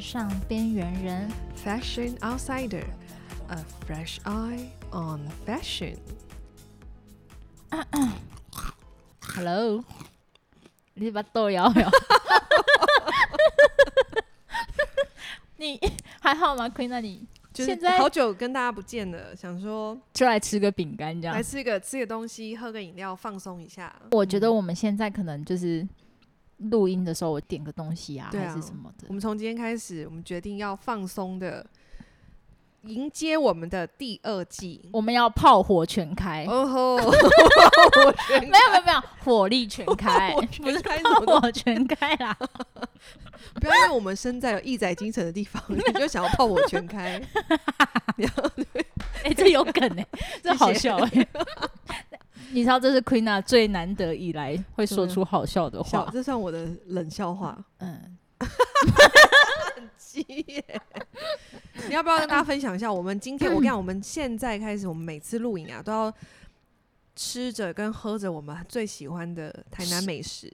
尚边缘人， Fashion Outsider, a fresh eye on fashion。 Hello，你把豆摇摇。 你还好吗，Queen？那你就是现在好久跟大家不见了，想说就来吃个饼干这来样。吃个吃个东西，喝个饮料，放松一下。嗯我觉得我们现在可能就是录音的时候，我点个东西啊，对啊还是什么的我。们从今天开始，我们决定要放松的迎接我们的第二季。我们要炮火全开，哦吼， 没有没有没有，火力全 开，我不是开什炮么东 火全开啦。 不要因为我们身在有义载精神的地方，你就想要炮火全开。哎、这有梗哎、 这好笑哎、欸 你知道这是 Queen 啊最难得以来会说出好笑的笑，话，这算我的冷笑话。嗯， 你要不要跟大家分享一下？我们 今天，我跟你讲，我们现在开始，我们每次录影啊，都要吃着跟喝着我们最喜欢的台南美食。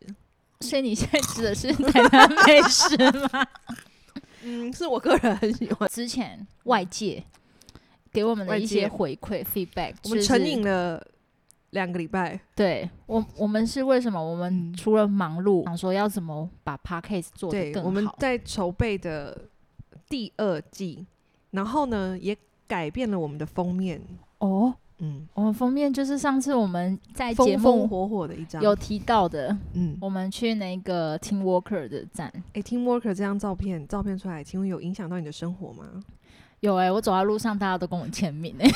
所以你现在指的是台南美食 吗？嗯，是我个人很喜欢。 之前外界给我们的一些回馈 feedback，我们就是成瘾了两个礼拜，对我，我们是为什么？我们嗯除了忙碌，想说要怎么把 podcast 做得对，更好，我们在筹备的第二季，然后呢，也改变了我们的封面。哦，嗯，我们封面就是上次我们在节风风目火火的一张。有，提到的，嗯，我们去那个 Team Walker 的站。哎、t e a m Worker 这张照片，照片出来，请问有影响到你的生活 吗？有哎、我走在路上，大家都跟我签名哎、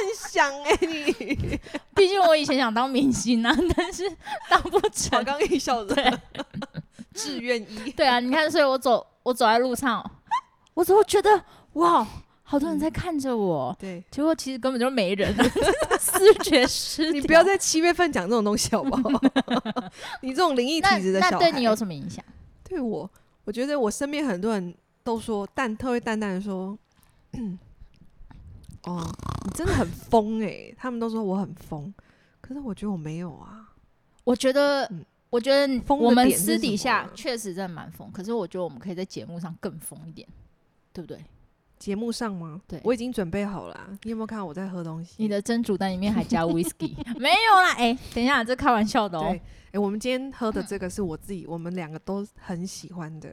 很想哎、你。毕竟我以前想当明星啊，但是当不我成。刚跟你笑着， 志愿一，对啊，你看，所以我走，我走在路上，哦我怎么觉得哇，好多人在看着我？对，结果其实根本就没 人、啊，视觉失调。你不要在七月份讲这种东西好不好？ 你这种灵异那体质的那小孩，对你有什么影响？对我，我觉得我身边很多人都说，淡特别淡淡的说， 哦，你真的很疯哎、他们都说我很疯，可是我觉得我没有啊，我觉得，嗯我觉得疯的我们点是私什底么下啊确实真的蛮疯，可是我觉得我们可以在节目上更疯一点，对不嗯对？节目上吗？对我已经准备好了啊、你有没有看到我在喝东西？你的蒸煮蛋里面还加 whisky，没有啦？哎、等一下，这开玩笑的对，哦、嗯哎、我们今天喝的这个是我自己，我们两个都很喜欢的，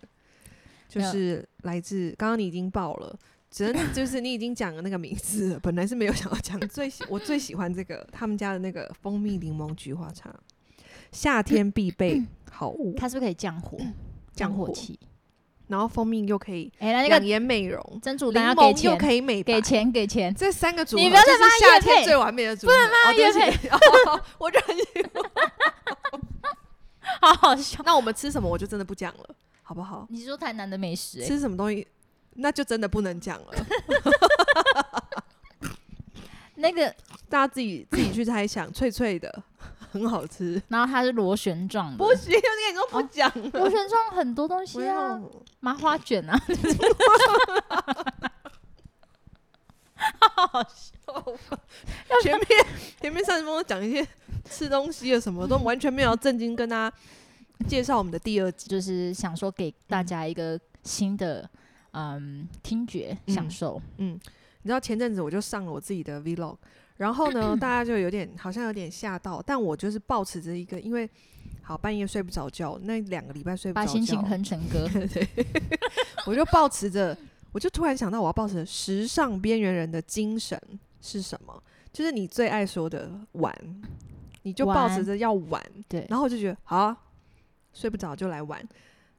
就没有是来自刚刚你已经爆了，只能就是你已经讲了那个名字了，本来是没有想要讲，最喜我最喜欢这个他们家的那个蜂蜜柠檬菊花茶，夏天必备好物，它是不是可以降火？降火嗯火气？然后蜂蜜又可以哎、那那养个颜美容，珍珠柠蛋要给檬又钱，可以美白给。钱，给钱。 这三个组合你就不要再帮是他夏业天配最完美的组合，不能他 配哦，我就很喜欢。好好笑。 那我们吃什么我就真的不讲了，好不好？你是说台南的美食、哎，吃什么东西，那就真的不能 讲了，那个，大家自己自己去猜想。脆脆的，很好吃。然后它是螺旋状的， 不行，我跟你说不讲 了。螺旋状很多东不西啊，用，麻花卷啊， 前面前面上次跟我讲一些吃东西的什么，都完全没有正经跟大家介绍我们的第二集。就是想说给大家一个新的嗯听觉嗯享受。你知道前阵子我就上了我自己的 vlog，然后呢，大家就有点好像有点吓到，但我就是抱持着一个，因为好半夜睡不着觉，那两个礼拜睡不把着觉，心情哼成歌，我就抱持着，我就突然想到，我要抱持着时尚边缘人的精神是什么？就是你最爱说的玩，你就抱持着要玩， 对，然后我就觉得好、啊，睡不着就来玩。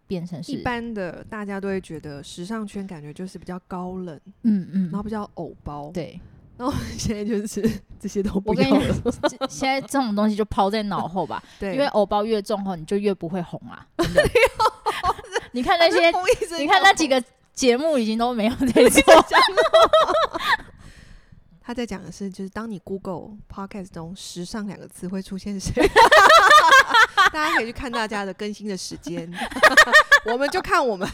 变成一是，般的大家都会觉得时尚圈感觉就是比较高冷，嗯嗯，然后比较偶包。，对，然后 现在就是 这些都我不跟要你了。讲，这现在这种东西就抛在脑后吧， 对，因为偶包越重后，你就越不会红啊。真 的你看那些，你看那几个，个节目已经都没有 在做，他在讲的是，就是当你 Google podcast 中“时尚”两个字会出现谁， 大家可以去看大家的更新的时间， 我们就看我们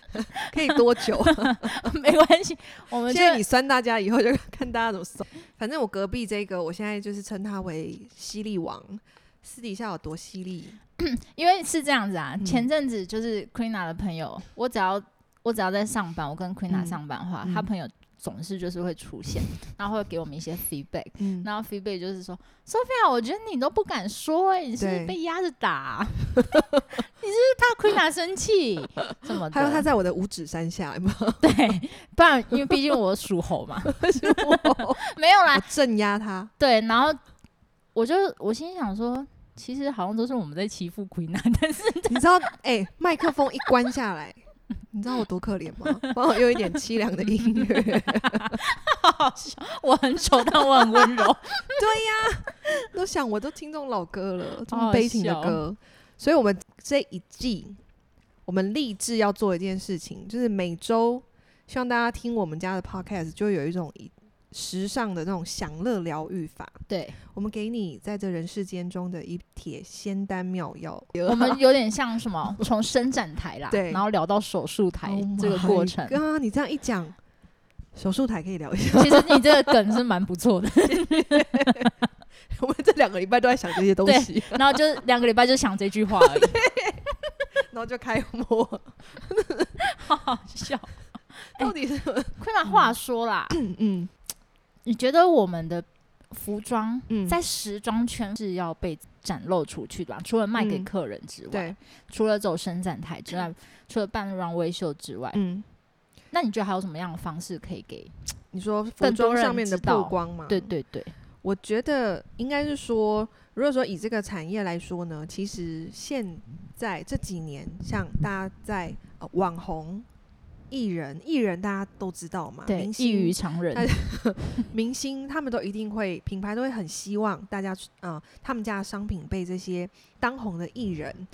可以多 久。 没关系，我们现就在你酸大家，以后就 看大家怎么酸。反正我隔壁这个，我现在就是称他为犀利王，私底下有多犀利，因为是这样子嗯啊，前阵子就是 Queena 的朋友，我只要我只要在上班，我跟 Queena 嗯上班的话，嗯他朋友总是就是会出现， 然后会给我们一些 feedback，嗯，然后 feedback 就是说，Sophia，我觉得你都不敢说、欸，你是不是对被压着打 啊，你是不是怕 Queena 生 气什么的？还有他在我的五指山下， 有没有对，不然因为毕竟我属猴 嘛，没有啦我，镇压他，对，然后我就我心想说，其实好像都是我们在欺负 Queen 啊，但是你知道，哎、麦克风一关下来， 你知道我多可怜吗？帮我用一点凄凉的音乐， 好笑， 我很丑，但我很温柔。都想我都听这种老歌了，这好么好悲情的笑歌，所以我们这一季，我们立志要做一件事情，就是每周希望大家听我们家的 podcast，就会有一种以时尚的那种享乐疗愈法， 对我们给你在这人世间中的一帖仙丹妙药。我们有点像什 么，从伸展台啦，对然后聊到手术台 Oh 这个 my 过程。刚啊刚你这样一讲，手术台可以聊一下。其实你这个梗是蛮不错 的，我们这两个礼拜都在想这些东 西，然后就是两个礼拜就想这句话而已， 然后就开播，好好笑。到底是 Queen 啊话说啦，嗯嗯你觉得我们的服装嗯在时装圈是要被展露出去的吧？除了卖给嗯客人之外，对除了走伸展台之外，除了办 runway 秀之外，嗯，那你觉得还有什么样的方式可以给？你说服更多装人上面的知道曝光嘛？对，对对，我觉得应该是说，如果说以这个产业来说呢，其实现在这几年，像大家在、呃网红。艺人，艺人大家都知道嘛，对明，异于星常人哎，明星他们都一定会，品牌都会很希望大家啊、呃他们家的商品被这些当红的艺人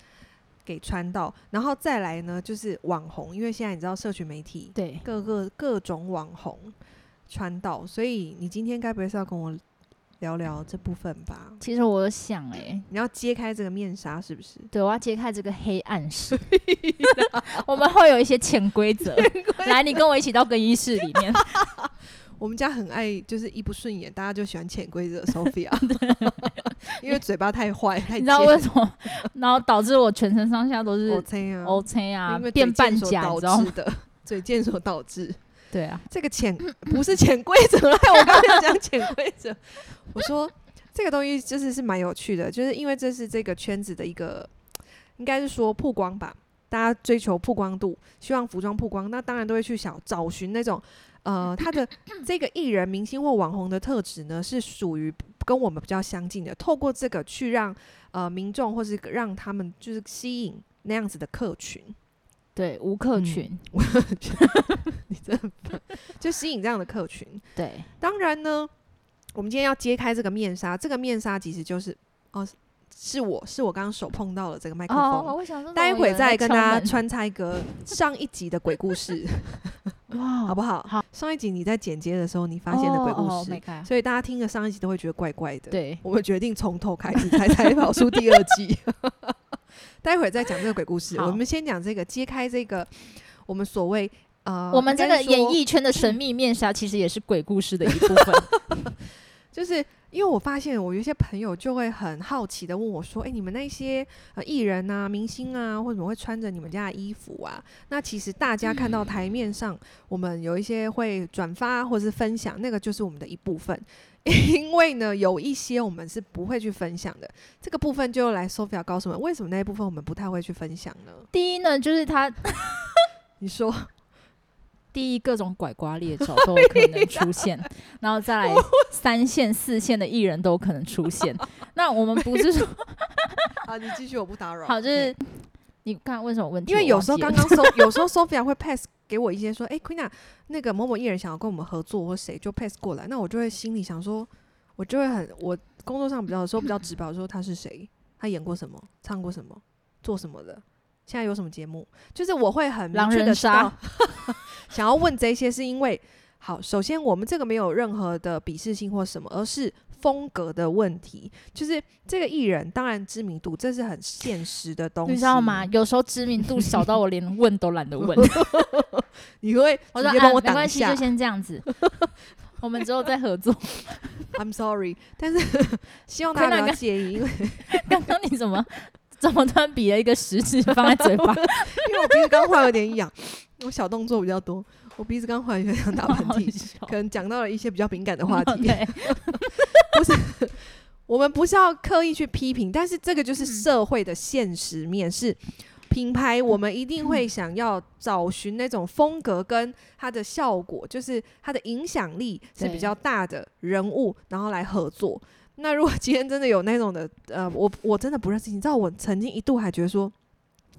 给穿到，然后再来呢，就是网红，因为现在你知道社群媒体对，各个各种网红穿到，所以你今天该不会是要跟我聊聊这部分吧？其实我有想哎、你要揭开这个面纱是不是？对，我要揭开这个黑暗 史， 我们会有一些潜规则。来，你跟我一起到更衣室里 面。我们家很爱，就是一不顺眼，大家就喜欢潜规则 Sophia，因为嘴巴太坏，太你知道为么？什么？然后导致我全身上下都我是猜啊， O K 啊因为，变嘴半贱所甲，你导知道吗？致的， 嘴贱所导致。对啊，这个潜不是潜规则，害 我刚刚要讲潜规则。我说这个东西就是是蛮有趣的，就是因为这是这个圈子的一个，应该是说曝光吧，大家追求曝光度，希望服装曝光，那当然都会去想找寻那种。呃，他的这个艺人、明星或网红的特质呢，是属于跟我们比较相近的。透过这个去让呃民众，或是让他们就是吸引那样子的客群，对，吴克嗯群，你真的很烦就吸引这样的客群。对，当然呢，我们今天要揭开这个面纱，这个面纱其实就是哦，是我是我刚刚手碰到了这个麦克风。哦，我想说怎么待有会人再在跟敲大家门穿插一个上一集的鬼故事，哇，好不好？好。上一集你在剪接的时候，你发现的鬼故哦哦事，没看所以大家听了上一集都会觉得怪怪的。，对，我们决定从头开始，才才跑出第二季。待会儿再讲这个鬼故事，好我们先讲这个揭开这个我们所谓呃，我们这个应该演说艺圈的神秘面纱，其实也是鬼故事的一部分。 就是因为我发现我有一些朋友就会很好奇的问我说：“哎、你们那些呃艺人啊、明星啊，为什么会穿着你们家的衣服啊？”那其实大家看到台面上，我们有一些会转发或是分享，那个就是我们的一部分。 因为呢，有一些我们是不会去分享的，这个部分就来 Sophia 告诉我们，为什么那一部分我们不太会去分享呢？第一呢，就是他你说，第一各种拐瓜裂枣都有可能出现，然后再来三线、四线的艺人都有可能出现。那我们不是说好，啊你继续，我不打扰。好，就是你看为什么问题因我忘记了？为有时候刚 刚 so 有时候 Sophia 会 pass 给我一些说，哎、q u e e n a 那个某某艺人想要跟我们合作或谁就 pass 过来，那我就会心里想说，我就会很我工作上比较有时候比较直白，我说他是谁，他演过什么，唱过什么，做什么的，现在有什么节目，就是我会很明狼确的人知道杀， 想要问这些，是因为好，首先我们这个没有任何的鄙视性或什么，而是风格的问题，就是这个艺人当然知名度这是很现实的东西，你知道吗？？有时候知名度小到我连问都懒得 问。你会我直说接帮啊，我没挡关一系，下就先这样子。我们之后再合作。 I'm sorry，但是希望大家不要介意，因为刚刚你怎么？怎么突然比了一个食指放在嘴 巴？因为我鼻子刚换有点痒，我小动作比较多，我鼻子刚换有点想打喷好嚏，笑可能讲到了一些比较敏感的话题。 对，我们不是要刻意去批评，但是这个就是嗯社会的现实面是。品牌，我们一定会想要找寻那种风格跟它的效果，就是它的影响力是比对较大的人物，然后来合作。那如果今天真的有那种的，呃，我我真的不认识，你知道，我曾经一度还觉得说，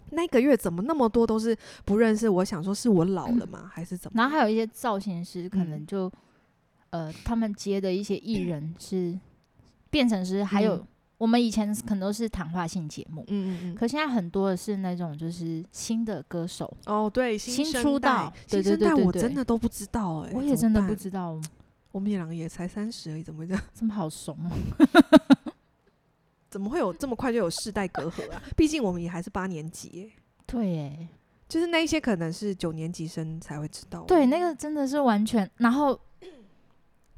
那个月怎么那么多都是不认识？我想说是我老了吗，还是怎嗯么？然后还有一些造型师可能嗯就、呃，他们接的一些艺人是变成师，还有、嗯我们以前可能都是谈话性节目，嗯嗯嗯，可现在很多的是那种就是新的歌手，哦，对，新生出代道对新对生对代对我对真的都不知道哎、我怎也么真的办不知道我们两个也才三十而已，怎么会这样？ 这么好怂哦、怎么会有这么快就有世代隔阂啊？ 毕竟我们也还是八年级耶、对耶，就是那一些可能是九年级生才会知道。对，那个真的是完全，然后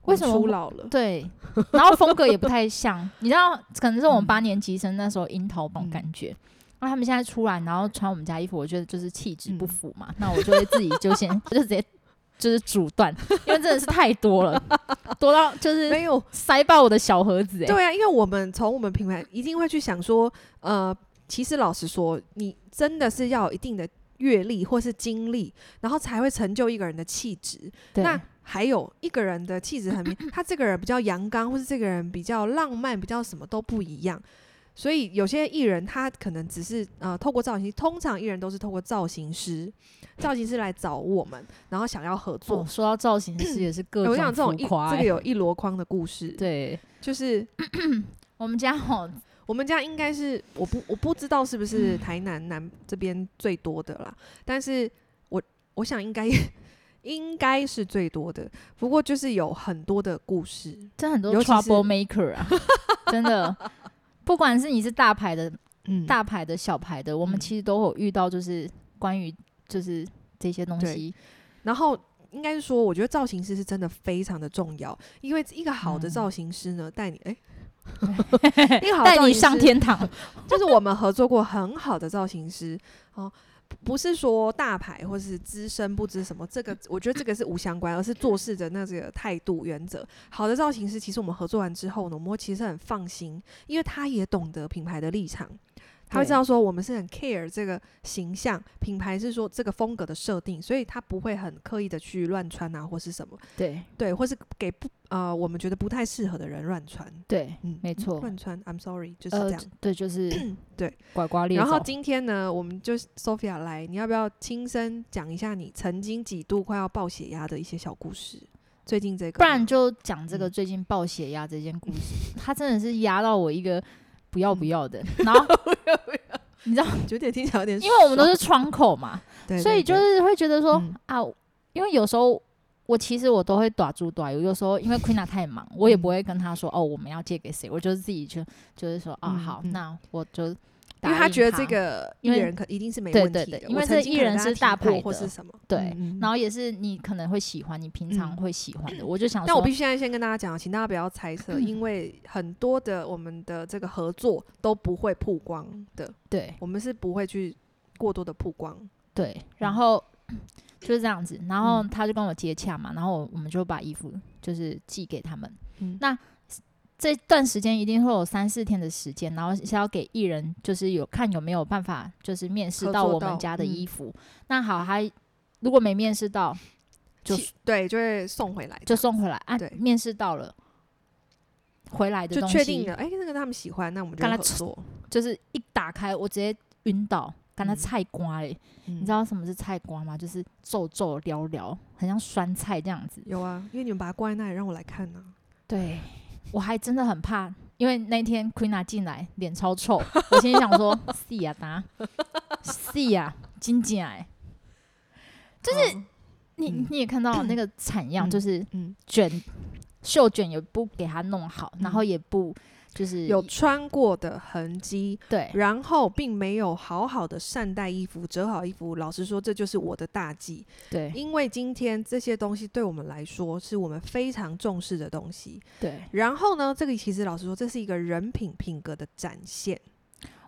为什么我们初会老了？对，然后风格也不太像，你知道，可能是我们嗯八年级生那时候樱桃帮感觉。那他们现在出来，然后穿我们家衣服，我觉得就是气质不嗯符嘛。那我就会自己就 先就直接就是阻断，因为真的是太多 了，多到就是没有，塞爆我的小盒子、欸。对啊，因为我们从我们品牌一定会去想说，呃，其实老实说，你真的是要有一定的阅历或是经历，然后才会成就一个人的气质。对那还有一个人的气 质很明，他这个人比较阳刚，或是这个人比较浪漫，比较什么都不一样。所以有些艺人他可能只是呃透过造型师，通常艺人都是透过造型师，造型师来找我们，然后想要合作。哦，说到造型师也是各欸我想这种种一浮夸、这个欸。有一箩筐的故事，对，就是我们家哦，我们家应该是我不我不知道是不是台南南这边最多的啦，但是我我想应该 也应该是最多的，不过就是有很多的故事，真的很多尤其是 trouble maker 啊，真的，不管是你是大牌的嗯，大牌的、小牌的，我们嗯其实都有遇到，就是关于就是这些东对西，然后。应该是说，我觉得造型师是真的非常的重要，因为一个好嗯的造型师呢，带你哎， 一个好的带造你型师上天堂。就是我们合作过很好的造型师 哦，不不是说大牌或是资深不知什么，这个我觉得这个是无相关，而是做事的那这个态度原则。好的造型师，其实我们合作完之后呢，我们会其实很放心，因为他也懂得品牌的立场。他会对知道说我们是很 care 这个形象，品牌是说这个风格的设定，所以他不会很刻意的去乱穿啊，或是什么，对 对，或是给不呃我们觉得不太适合的人乱穿，对，嗯，没错乱穿，I'm sorry，就是呃这样。，对，就是 对拐瓜裂然后枣。今天呢，我们就 Sophia 来，你要不要亲身讲一下你曾经几度快要爆血压的一些小故事？最近这个不吗，然 就讲这个嗯最近爆血压这件故事，他真的是压到我一个不要不嗯要的。然 后你知道，有点听起来有点爽，因为我们都是窗口嘛，对，对所以就对是会觉得说嗯啊，因为有时候。我其实我都会短住短游，有时候因为 Queen 太忙，我也嗯不会跟他说哦，我们要借给谁，我就自己就就是说啊、嗯好，嗯那我就因为他答应觉得这个艺因为人可一定是没对问对题对的，因我为曾这经艺可能人跟他是提大过牌或的是什么，对，嗯然后也是你可能会喜欢，你平常嗯会喜欢的。我就想说，嗯但我必须现在先跟大家讲，请大家不要猜测，因为很多的我们的这个合作都不会曝光的，对我们是不会去过多的曝光。对，嗯然后就是这样子，然后嗯他就跟我接洽嘛，然后我们就把衣服就是寄给他们。嗯那这段时间一定会有三四天的时间，然后是要给艺人就是有看有没有办法就是面试合到作我们到家的嗯衣服。那好，他如果没面试到，就其对，就会送回来，就送回来。啊对，面试到了，回来的就东确定西了，哎、那个他们喜欢，那我们就跟他合作。就是一打开，我直接晕倒，干他嗯菜瓜嘞。你你知道什么是菜瓜吗？就是皱皱寥寥，很像酸菜这样子。有啊，因为你们把它挂在那里，让我来看啊呢、对， 我还真的很怕，因为那天 Queena 进来脸超臭， 我心里想说是呀，达是呀，金姐哎，就是，你嗯你也看到那个惨样，嗯就是嗯，卷袖卷也不给他弄好，然后嗯也不就是有穿过的痕迹，对然后并没有好好的善待衣服、折好衣服。老实说，这就是我的大忌，对因为今天这些东西对我们来说是我们非常重视的东西。对，然后呢，这个其实老实说，这是一个人品品格的展现。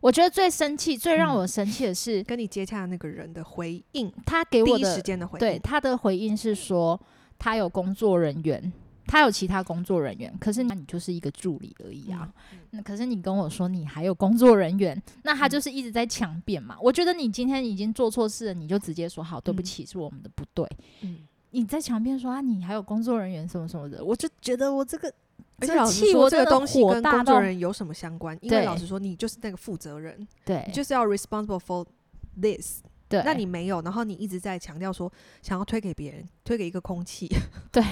我觉得最生气、最让嗯我生气的是、跟你接洽的那个人的回应，他给第我一时的间的回应，对他的回应是说，他有工作人员，他有其他工作人员，可是你就是一个助理而已啊。那可是你跟我说你还有工作人员，那嗯他就是一直在强辩嘛。我觉得你今天已经做错事了，你就直接说好，对不嗯起，是我们的不对。嗯，你在强辩说啊，你还有工作人员什么什么的，我就觉得我这个而且这老实气说，我这真个的东西火跟大工作到人员有什么相关？因为对老实说，你就是那个负责人，对你就是要 responsible for this。对，那你没有，然后你一直在强调说想要推给别人，推给一个空气，对，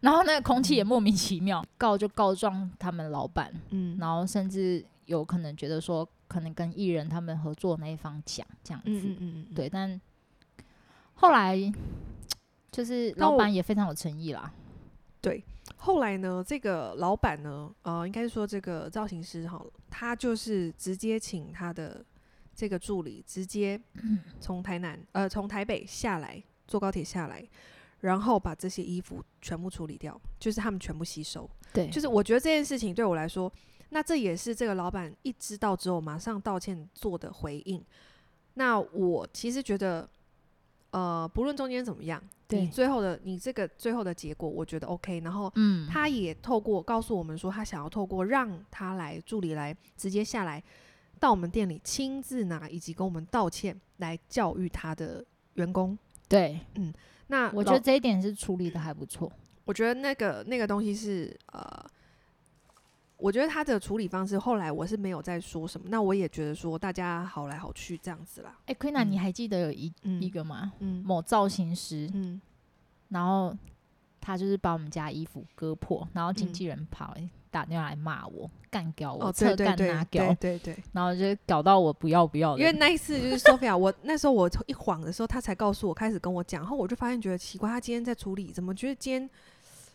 然后那个空气也莫名其妙，告就告状他们老板，嗯然后甚至有可能觉得说，可能跟艺人他们合作那一方讲这样子，嗯嗯嗯，对，但后来就是那老我板也非常有诚意啦，后来呢，这个老板呢，呃，应该是说这个造型师哈，他就是直接请他的这个助理直接从台南呃从台北下来，坐高铁下来，然后把这些衣服全部处理掉，就是他们全部吸收。对就是我觉得这件事情对我来说，那这也是这个老板一知道之后马上道歉做的回应。那我其实觉得，呃，不论中间怎么样，对你最后的你这个最后的结果，我觉得 OK。然后嗯，他也透过告诉我们说，他想要透过让他来助理来直接下来到我们店里亲自拿，以及跟我们道歉，来教育他的员工。对，那我觉老得这一点是处理的还不错，我觉得那个那个东西是呃，我觉得他的处理方式后来我是没有再说什么。那我也觉得说大家好来好去这样子啦，哎 q u e e n a 嗯你还记得有一嗯一个吗？嗯某造型师，嗯，然后他就是把我们家衣服割破，然后经嗯纪人跑来打电话来骂我，干掉我，哦，对侧对干对拿对掉，对对，然后就搞到我不要不要的，因为那一次就是 Sophia，我那时候我一晃的时候，他才告诉我开始跟我讲，然后我就发现觉得奇怪，他今天在处理，怎么觉得今天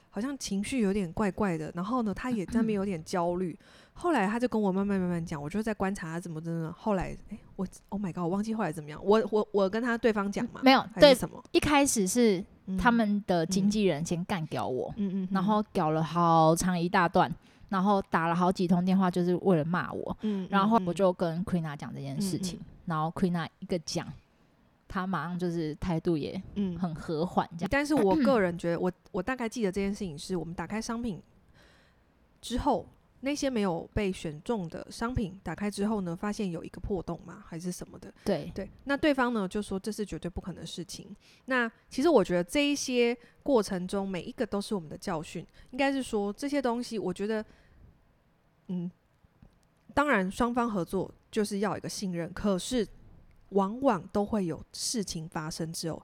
好像情绪有点怪怪的，然后呢，他也在那边有点焦虑。后来他就跟我慢慢慢慢讲，我就在观察他怎么真的。后来，哎、我 Oh my God，我忘记后来怎么样。我我我跟他对方讲嘛，没有还对是什么？一开始是嗯他，们的嗯经纪人先干掉我，嗯嗯，然后搞了好长一大段，然后打了好几通电话，就是为了骂我。嗯，嗯，然后嗯我就跟 Queen a 讲这件事情，然后 Queen a 一个讲，他马上就是态度也嗯，很和缓，这样。但是我个人觉得，我我大概记得这件事情是我们打开商品之后，那些没有被选中的商品打开之后呢，发现有一个破洞嘛，还是什么的。对对，那对方呢就说这是绝对不可能的事情。那其实我觉得这一些过程中，每一个都是我们的教训。应该是说这些东西，我觉得，嗯，当然双方合作就是要有一个信任，可是往往都会有事情发生之后，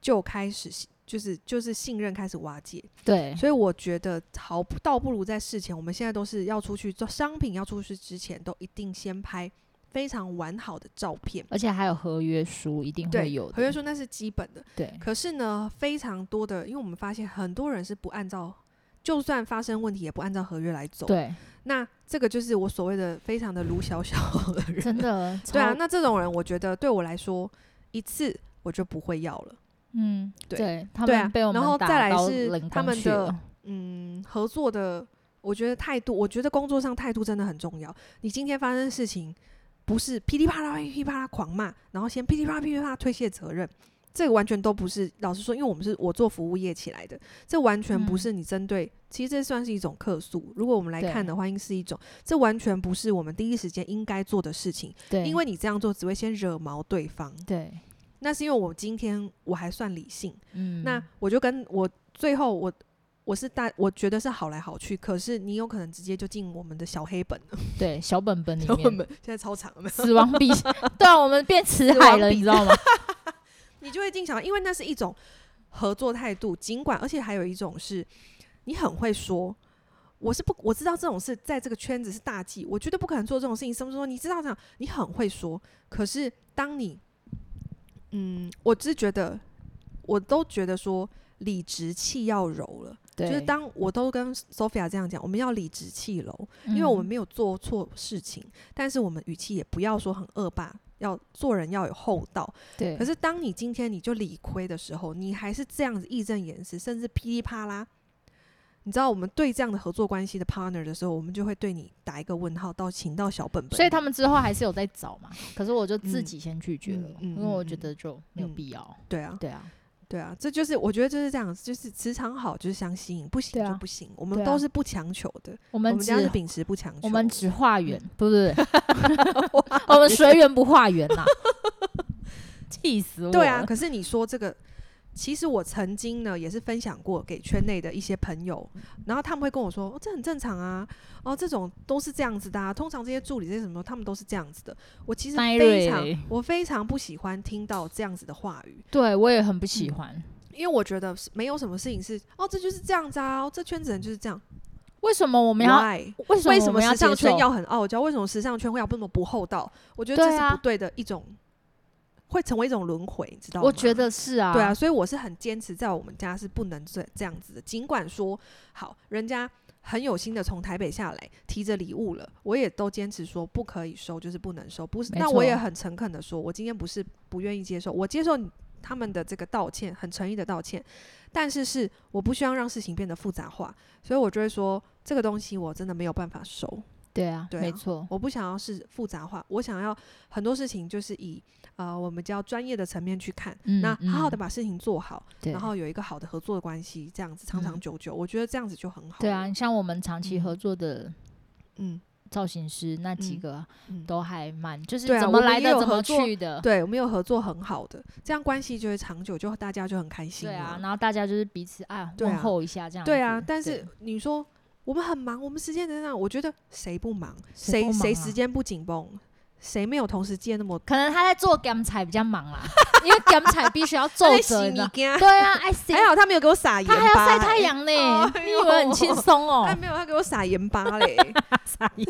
就开始信就是就是信任开始瓦解。对所以我觉得好倒不如在事前，我们现在都是要出去做商品要出去之前，都一定先拍非常完好的照片。而且还有合约书一定会对，有的。合约书那是基本的，对可是呢，非常多的，因为我们发现很多人是不按照，就算发生问题也不按照合约来走。， 对，那这个就是我所谓的非常的卢小小的人。 真，的对啊，超那这种人，我觉得对我来说，一次我就不会要了。嗯，对对，他对啊们被我然后们再打来到是冷他宫们去的了。嗯，合作的，我觉得态度，我觉得工作上态度真的很重要。你今天发生的事情，不是噼里啪啦、噼里啪啦狂骂，然后先噼里啪啦、噼里啪啦推卸责任，这个完全都不是。老实说，因为我们是我做服务业起来的，这完全不嗯是你针对。其实这算是一种客诉，如果我们来对看的话，应是一种，这完全不是我们第一时间应该做的事情，对，因为你这样做只会先惹毛对方。对，那是因为我今天我还算理性，嗯，那我就跟我最后我我是大我觉得是好来好去，可是你有可能直接就进我们的小黑本了，对小本本里小黑面本现在超长了没有？死亡笔， 对啊，我们变辞死海亡了，笔你知道吗？ 你就会进小，因为那是一种合作态度，尽管而且还有一种是你很会说。我是不，我知道这种事在这个圈子是大忌，我绝对不可能做这种事情。什么说你知道这样，你很会说，可是当你，嗯，我只是觉得，我都觉得说理直气要柔了。对，就是当我都跟 Sophia 这样讲，我们要理直气柔，因为我们嗯没有做错事情，但是我们语气也不要说很恶霸，要做人要有厚道。对，可是当你今天你就理亏的时候，你还是这样子义正言辞，甚至噼里啪啦，你知道我们对这样的合作关系的 partner 的时候，我们就会对你打一个问号，到请到小本本。所以他们之后还是有在找嘛，可是我就自己先拒绝了，嗯嗯嗯因为我嗯觉得就没有嗯必要。对啊，对啊，对啊，这就是我觉得就是这样，就是磁场好就是相吸引，不行对啊就不行，我对们啊都是不强求的，我我们们只家是嗯秉持不强求。我们只化缘，不 是不是，我们随缘不化缘呐、气死我了！对啊，可是你说这个，其实我曾经呢也是分享过给圈内的一些朋友，嗯然后他们会跟我说，哦，这很正常啊，哦，这种都是这样子的、啊，通常这些助理这些什么，他们都是这样子的。我其实塞非瑞常嘞，我非常不喜欢听到这样子的话语，对我也很不喜欢。因为我觉得是没有什么事情是，哦，这就是这样子啊，哦这圈子人就是这样。为什么我们要？ Why？为什为么什我么们要时尚接受圈？要很傲娇？为什么时尚圈会要那么不厚道？我觉得对这是啊不对的一种，会成为一种轮回，你知道吗？我觉得是啊，对啊，，所以我是很坚持，在我们家是不能这这样子的。尽管说好，人家很有心的从台北下来提着礼物了，我也都坚持说不可以收，就是不能收。不是，没那我也错很诚恳的说，我今天不是不愿意接受，我接受你他们的这个道歉，很诚意的道歉，但是是我不希望让事情变得复杂化，所以我就会说这个东西我真的没有办法收。对啊，对啊没错，我不想要是复杂化，我想要很多事情就是以呃我们叫专业的层面去看，嗯那好好的嗯把事情做好，对然后有一个好的合作的关系，这样子长长嗯久久，我觉得这样子就很好。对啊，，像我们长期嗯合作的嗯，造型师那几嗯个啊嗯都还蛮，就是对啊怎我么们来也的有怎合么作去的，对，我们有合作很好的，这样关系就会长久，就大家就很开心对啊，了。然后大家就是彼此啊对问啊候一下这样子。对啊，但是你说我们很忙，我们时间怎样？我觉得谁不忙，谁谁不谁忙啊时间不紧绷，谁没有同时接那么可能他在做剪彩比较忙 啦，因为剪彩必须要皱洗着，你米知道干。对啊， 爱心，还好他没有给我撒盐他巴、还要晒太欸阳嘞，哎你以为很轻松 哦他？没有，他给我撒盐巴 嘞。撒盐，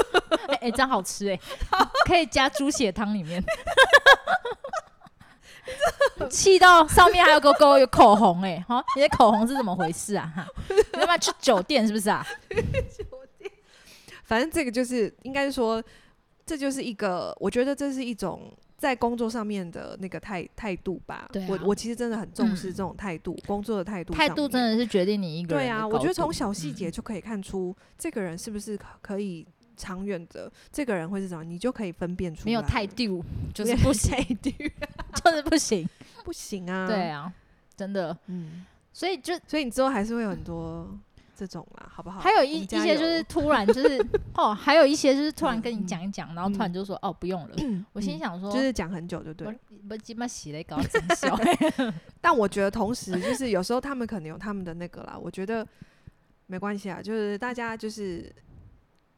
哎哎，这样好吃哎，可以加猪血汤里 面。气到上面还有个勾有口红哎、好、你的口红是怎么回事啊？哈，你要不要去酒店是不是 啊？反正这个就是，应该是说，这就是一个，我觉得这是一种在工作上面的那个态态度吧。对啊我我其实真的很重视嗯这种态度，工作的态度上态面，度真的是决定你一个人对的啊。高我觉得度嗯从小细节就可以看出，这个人是不是可可以长远的，这个人会是怎么样，你就可以分辨出来。没有态，度就是没有不行，态度 就是不行。不行啊。对，啊，真的，嗯，所以就所以你之后还是会有很多这种啦，好不好？还有我一们一加些就是油突然就是 哦，还有一些就是突然跟你嗯讲一讲，然后突然就说哦不用了。我心嗯想说，就是讲很久就对了我。我鸡巴洗了搞真笑， 但我觉得同时就是有时候他们可能有他们的那个啦，我觉得没关系啊，就是大家就是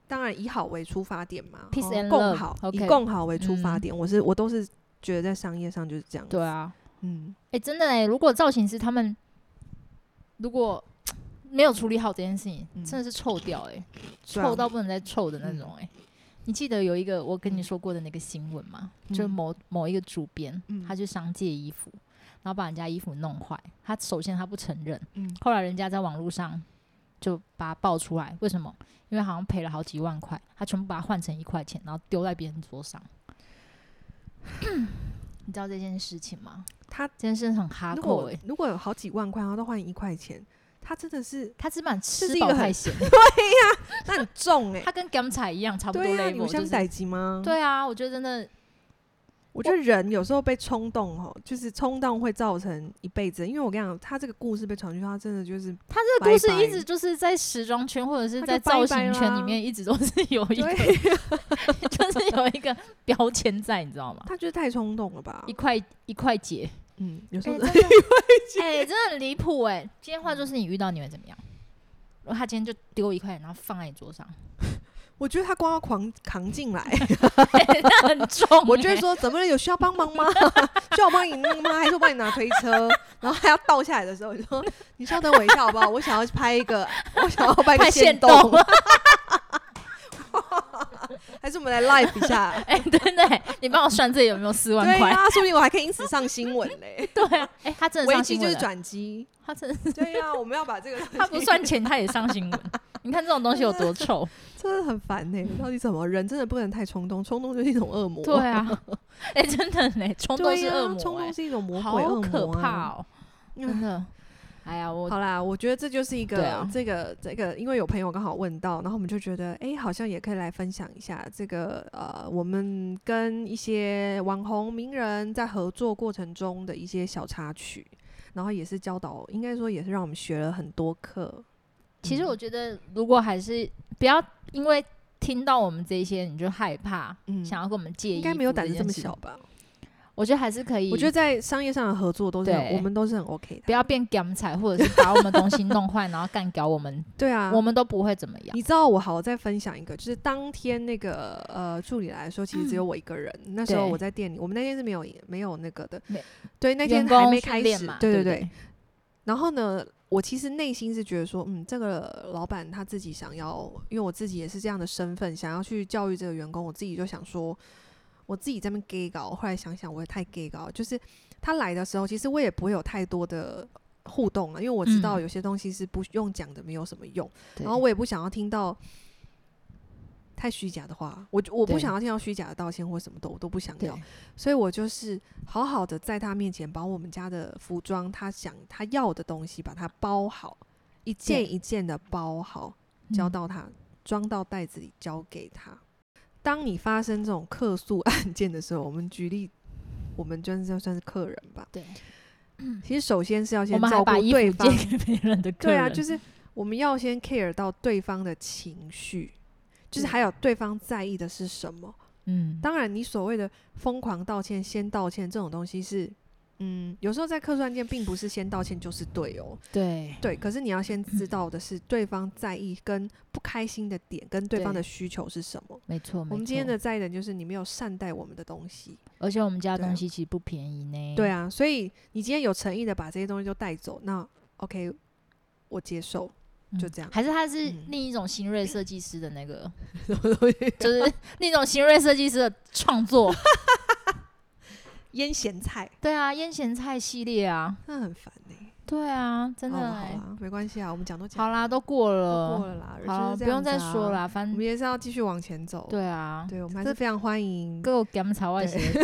当然以好为出发点嘛 Peace 哦 and 共 love，好 OK 嗯以共好为出发点，我是我都是觉得在商业上就是这样。对，啊，嗯，哎、真的哎、如果造型师他们如果没有处理好这件事情，嗯真的是臭掉哎、对啊嗯臭到不能再臭的那种哎、你记得有一个我跟你说过的那个新闻吗？就是嗯某某一个主编，嗯他去商借衣服，然后把人家衣服弄坏。他首先他不承认，嗯后来人家在网络上就把他爆出来，为什么？因为好像赔了好几万块，他全部把它换成一块钱，然后丢在别人桌 上。你知道这件事情吗？他这件事很哈如扣欸果诶，如果有好几万块，然后都换一块钱，他真的是他只蛮吃是一个饱很太闲，那很重哎、 他跟甘彩一样差不多对啊，你 level，、们就相是逮急吗？，对啊，我觉得真的我觉得人有时候被冲动哦，就是冲动会造成一辈子。因为我跟你讲，他这个故事被传出去，他真的就是他这个故事拜拜一直就是在时装圈或者是他就在拜造拜型圈里啦面，一直都是有一个，对， 就是有一个标签在，你知道吗？他就是太冲动了吧一？块一块姐，嗯，有时哎、候真的， 哎、真的很离谱哎！今天换作是你遇到，你会怎么样？如果他今天就丢一块，然后放在你桌 上，我觉得他光要狂扛 进来，哎那很重、我就哎会说怎么了？有需要帮忙吗？ 需要我帮你弄吗？还是我帮你拿推车？ 然后他要倒下来的时候，我就说你稍等我一下好不好？我想要拍一个，我想要拍一拍个现现动，动， 还是我们来 live 一下？哎、真的、哎你帮我算这有没有四万对块？ 呀、说不定我还可以因此上新闻嘞。对啊，哎、他真的危上机新就闻是了，转机。他真的对呀、我们要把这个 他不算钱，他也上新闻。你看这种东西有多臭？ 真的很烦呢、到底怎么人真的不能太冲动？冲动就是一种恶魔。对啊，哎、真的呢、冲动对是呀，恶魔、冲哎动是一种魔鬼恶好 魔、啊，可怕哦、真的。哎呀，我好啦，我觉得这就是一对个、啊这个这个，因为有朋友刚好问到，然后我们就觉得，哎、好像也可以来分享一下这个呃，我们跟一些网红名人在合作过程中的一些小插曲，然后也是教导，应该说也是让我们学了很多课。其实嗯我觉得，如果还是不要因为听到我们这些你就害怕，嗯想要跟我们借意，应该没有胆子这么小。吧？我觉得还是可以，我觉得在商业上的合作都是很对我们都是很 OK 的。不要变gamai，或者是把我们东西弄坏，然后干掉我们，对 啊，我们都不会怎么样。你知道我好，我再分享一个，就是当天那个呃助理来说，其实只有我一个人。那时候嗯对我在店里，我们那天是没有没有那个的没，对，那天员还工没训开练始嘛，，对对对。然后呢，我其实内心是觉得说，嗯，这个老板他自己想要，因为我自己也是这样的身份，想要去教育这个员工，我自己就想说，我自己在那边 gay 搞，后来想想我也太 gay 搞，就是他来的时候，其实我也不会有太多的互动了，因为我知道嗯有些东西是不用讲的，没有什么用。对然后我也不想要听到太虚假的话，我我不对想要听到虚假的道歉或什么的，我都不想对要。所以我就是好好的在他面前把我们家的服装，他想他要的东西，把它包好，一件对一件的包好，交嗯到他，装到袋子里，交给他。当你发生这种客诉 案件的时候，我们举例，我们真的算是客人吧。对，其实首先是要我先们还照把顾衣对服方，借给别人的客对人，啊，就是我们要先 care 到对方的情绪，就是对还有对方在意的是什么。嗯，当然，你所谓的疯狂道歉、先道歉这种东西是，嗯，有时候在客诉案件并不是先道歉就是对哦，对对。可是你要先知道的是对方在意跟不开心的点，跟对方对的需求是什么。没错，没我们今天错的，在意的就是你没有善待我们的东西，而且我们家的对啊东西其实不便宜呢。对啊，所以你今天有诚意的把这些东西都带走，那 OK，我接受，嗯，就这样还是他是嗯另一种新锐设计师的那 个， 就是另一种新锐设计师的创作。腌咸菜，对啊，腌咸菜系列啊，那很烦欸呢、对啊，真的哦好啦欸、好啦，没关系啊，我们讲都讲好啦，都过都了，过了啦，好就啦，是这不用样再子啊说，啦，反我们正也是要继续往前走。对啊，对，我们还是非常欢迎，给我检查外对些，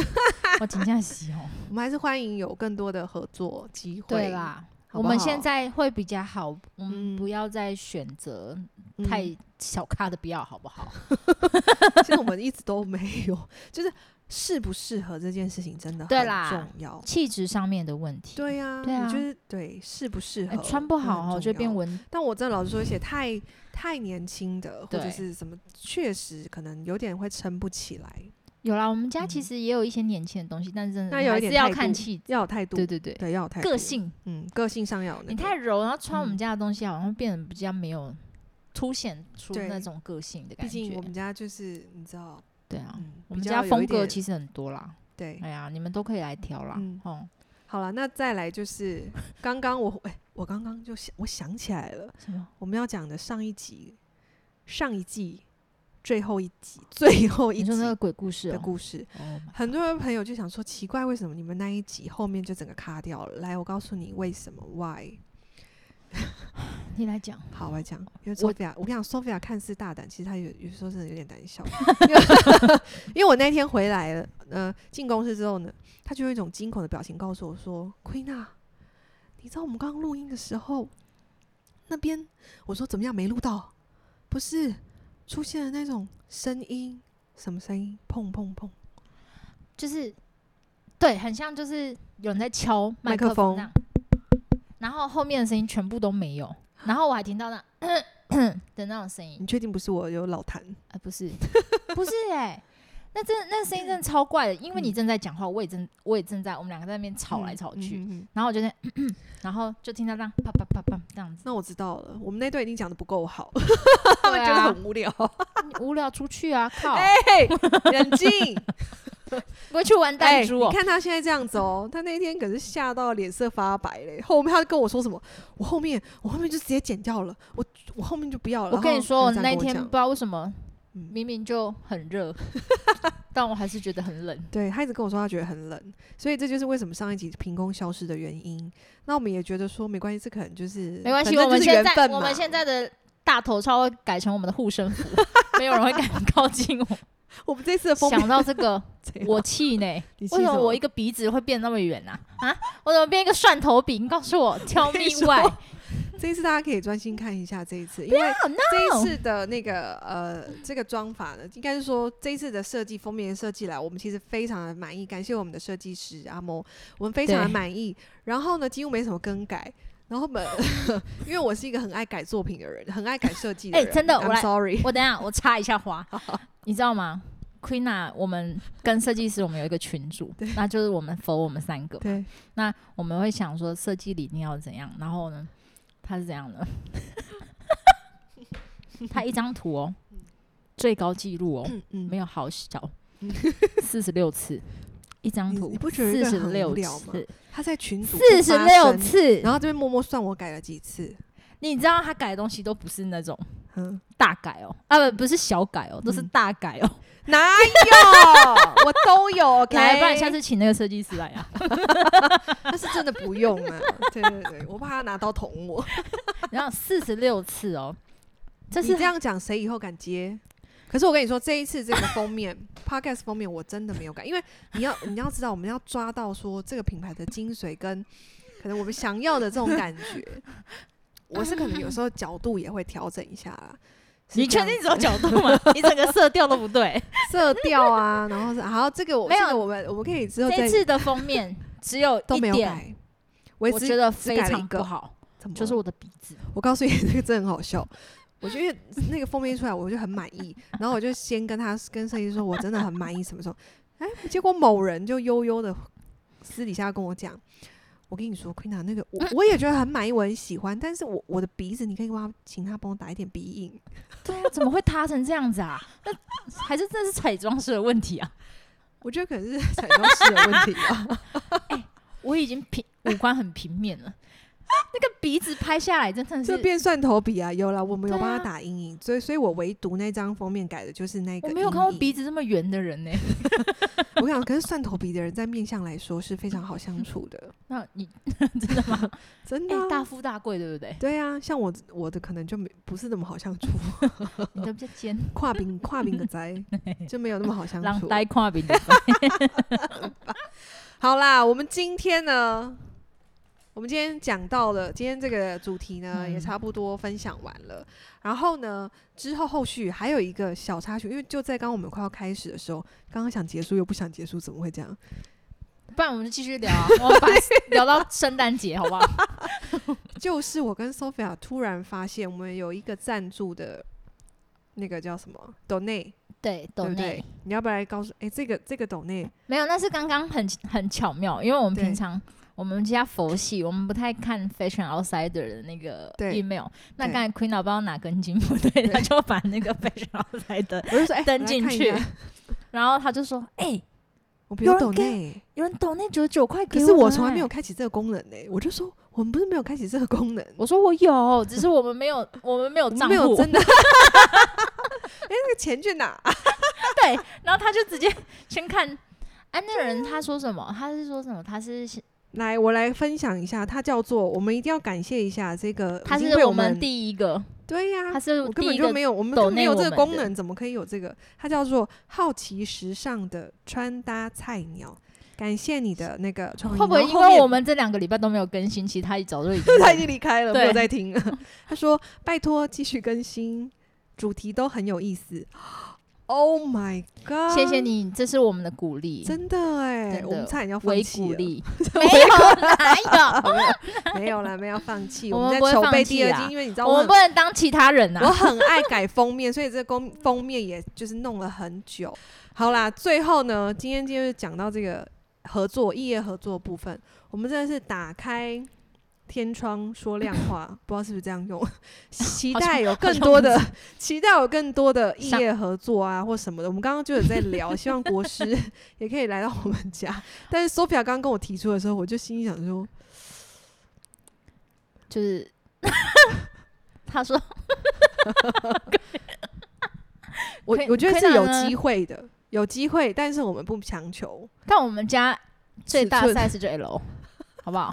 我真正是 哦，我们还是欢迎有更多的合作机会。对啦。好我不好，们现在会比较好，我们嗯不要再选择嗯太小咖的，不要好不 好？其实我们一直都没有，就是适不适合这件事情真的对很啦重要。气质上面的问题，对呀，对啊你就是对适不适哎，合，穿不真的很好哦重就变要。文但我真的老实说，一些太太年轻的或者对是什么，确实可能有点会撑不起来，有啦，我们家嗯其实也有一些年轻的东西，但是真的那有还一点是要态看度气质。要有态度，对对对，对，要有态度，个，性嗯，个性上要有那你个太柔，然后穿我们嗯家的东西，好像变得比较没有凸显出对那种个性的毕感竟觉我。们家就是你知道，对啊，嗯，我比们较家有风一格点其实很多啦。对。哎呀，你们都可以来挑啦嗯。哦，好了，那再来就是刚刚我哎、我刚刚就想我想起来了，什么？我们要讲的上一集、上一季最后一集、最后一你集说那个鬼故事的哦？故事。哦，很多人朋友就想说，奇怪，为什么你们那一集后面就整个卡掉了？来，我告诉你为什么，why？你来讲。好，我来讲，因为我 Sophia，我跟你讲，Sophia 看似大胆，其实她有有时候真的有点胆 小，因为因为我那天回来了，呃，进公司之后呢，她就有一种惊恐的表情告诉我说：“Queen 啊，你知道我们刚刚录音的时候，那边我说怎么样没录到，不是出现了那种声音，什么声音？砰砰砰，就是对，很像就是有人在敲麦克风这样，然后后面的声音全部都没有，然后我还听到那 的那种声音你，确定不是我有老痰？啊、不 是，不是哎、那真那声音真的超怪的，因为你嗯正在讲话，我也正我也正在，我们两个在那边吵来嗯吵去，嗯嗯嗯然后我就 在， 然后就听到这样啪啪啪啪这样子，那我知道了，我们那队已经讲的不够好，他他 们觉得很无聊。你无聊出去啊，靠，哎，冷静。不会去玩哎，弹珠哦、你看他现在这样子哦，他那天可是吓到脸色发白嘞。后面他跟我说什么？我后面我后面就直接剪掉了，我我后面就不要了。我跟你说，我我那天不知道为什么，嗯明明就很 热，但我还是觉得很冷。对他一直跟我说他觉得很冷，所以这就是为什么上一集凭空消失的原因。那我们也觉得说没关系，这可能就是没关系，反我正们就是现缘在分我嘛 们现在的大头超会改成我们的护身符，没有人会敢靠近我。我们这次的封面想到这 个，怎样我气馁。你气为什么么我一个鼻子会变那么圆啊？啊，我怎么变一个蒜头饼？告诉我，Tell 我跟 me 你说 why？这一次大家可以专心看一下这一次，因为啊那这一次的那个呃，这个妆法呢，应该是说这一次的设计封面设计来，我们其实非常的满意，感谢我们的设计师阿莫，我们非常的对满意。然后呢，几乎没什么更改。然后本， 因为我是一个很爱改作品的人，很爱改设计的哎人。真的 I'm 我来 sorry。我等一下我插一下 花，你知道吗？Queen 啊，我们跟设计师我们有一个群组，那就是我们否我们三个，对，那我们会想说设计理念要怎样，然后呢，他是怎 样的？他一张图哦，最高纪录哦，嗯嗯没有好 小，四十六次一张你图，你不觉得这四个十很六无聊吗次，他在群组四十六次，次，然后这边默默算我改了几次。你知道他改的东西都不是那种嗯，大改哦，啊不不是小改哦，都是嗯大改哦。哪有？我都有。OK，来，不然下次请那个设计师来啊。 但是真的不用啊。 对对对，我怕他拿刀捅我。然后四十六次哦，这你是这样讲，谁以后敢接？可是我跟你说，这一次这个封面 podcast 封面，我真的没有改，因为你要你要知道，我们要抓到说这个品牌的精髓跟可能我们想要的这种感觉， 我是可能有时候角度也会调整一下啦。是你这确样定只有角度吗？ 你整个色调都不对。色调啊，然后是好，这个我没有这个我们我们可以之后 这再一次的封面只有都一没有点，改，我也我只觉得只非改了一常个不好，怎么就是了我的鼻子。我告诉你， 这个真的很好笑。我觉得那个封面出来，我就很满意，然后我就先跟他跟设计师说，我真的很满意什么时候？哎，结果某人就悠悠的私底下跟我讲，我跟你说，Queen a 那个我我也觉得很满意，我很喜欢，但是我我的鼻子，你可以帮他请他帮我打一点鼻影。对啊，怎么会塌成这样子啊？ 那还是这是彩妆师的问题啊！我觉得可能是彩妆师的问题 吧。我已经平五官很平面 了，那个鼻子拍下来真的这是变蒜头鼻啊，有啦，我们有对帮他啊打阴影，所以所以我唯独那张封面改的就是那个。我没有看过鼻子。子这么圆的人呢、我跟你讲，可是蒜头鼻的人在面相来说是非常好相处 的，那你真的 吗？真哎、的啊、大富大贵，对不 对？对啊，像我我的可能就没不是那么好相处，你都比较尖，跨饼跨饼 的宅就没有那么好相让处。呆跨饼的。 好啦，我们今天呢，我们今天讲到了，今天这个主题呢、嗯也差不多分享完了。然后呢，之后后续还有一个小插曲，因为就在刚刚我们快要开始的时候，刚刚想结束又不想结束，怎么会这样？不然我们就继续聊、啊，我们把 聊到圣诞节好不好？就是我跟 Sophia 突然发现，我们有一个赞助的。那个叫什么斗内，对， 对懂不对内？你要不要来告诉？哎、这个这个斗内，没有，那是刚刚很很巧妙，因为我们对平常我们家佛系，我们不太看 Fashion Outsider 的那个对 email。那对刚才 Queen 老不知道哪根筋不 对，他就把那个 Fashion Outsider 我就说哎，登来进看一去下然后他就说：“哎、我不用有人抖给内，有人懂那九十九块可给是我们从来欸没有。开启这个功能呢、我就说我们不是没有开启这个功能，我说我有，只是我们没有，我们没有我们账没有户。真的。哎、哎那个钱去哪？啊 对，然后他就 直接先看，哎、那个人他说什么？他是说什么？他是 来，我来分享一下，它叫做我们一定要感谢一下这个，他已经是被我们们第一 个，对呀、他是我第根本一就个没有，我们抖根本没内有我这们个功的能，怎么可以有这个？它叫做好奇时尚的穿搭菜鸟，感谢你的那个创意。会不会然后因后为面啊我们这两个礼拜都没有更新，其实他一早就 已经他忘已了经离开了，嗯对没有 在听 了。他说：“拜托，继续更新，主题都很有意思。”Oh my god！谢谢，你，这是我们的鼓励，真的哎，真的我们差点要放微弃鼓了，励，没有哪 没有啦，没有放弃。我们们在不会筹放备弃第二啊季，因为你知道有，我我们很不能当其他人我啊。很爱改封面，所以这封封面也就是弄了很久。好啦，最后呢，今天就是讲到这个合作异业合作的部分，我们真的是打开天窗说亮 话，不知道是不是这样用。期待有更多的， 期待有更多的异业合作啊，或什么的。我们刚刚就有在聊，希望国 师也可以来到我们家。但是 Sophia 刚刚跟我提出的时候，我就心里想说，就是 他说，我可以我觉得可以是有呢机会的，有机会，但是我们不强求。看我们家最大尺寸 size 就 L，好不 好？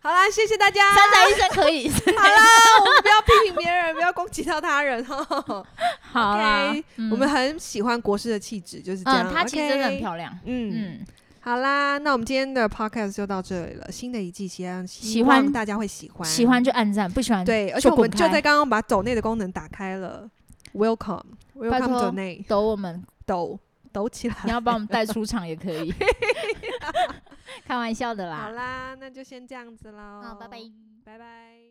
好啦，谢谢大家。三宅一生可以， 好啦，我们不要批评别人，不要攻击到他人哈。好啦 OK，嗯我们很喜欢国师的气质，就是这样。嗯，她其实真的很亮。漂亮。嗯，嗯，好啦，那我们今天的 podcast 就到这里了。新的一季，希望希喜欢望大家会喜欢，喜欢就按赞，不喜欢对，而且就我们滚就开在刚刚把抖内的功能打开了拜，Welcome，Welcome 托抖内抖我们，抖抖起来。 你要把我们带出场也可以， 开玩笑的好啦。 啦，那就先这样子喽。啊好，拜拜。拜拜。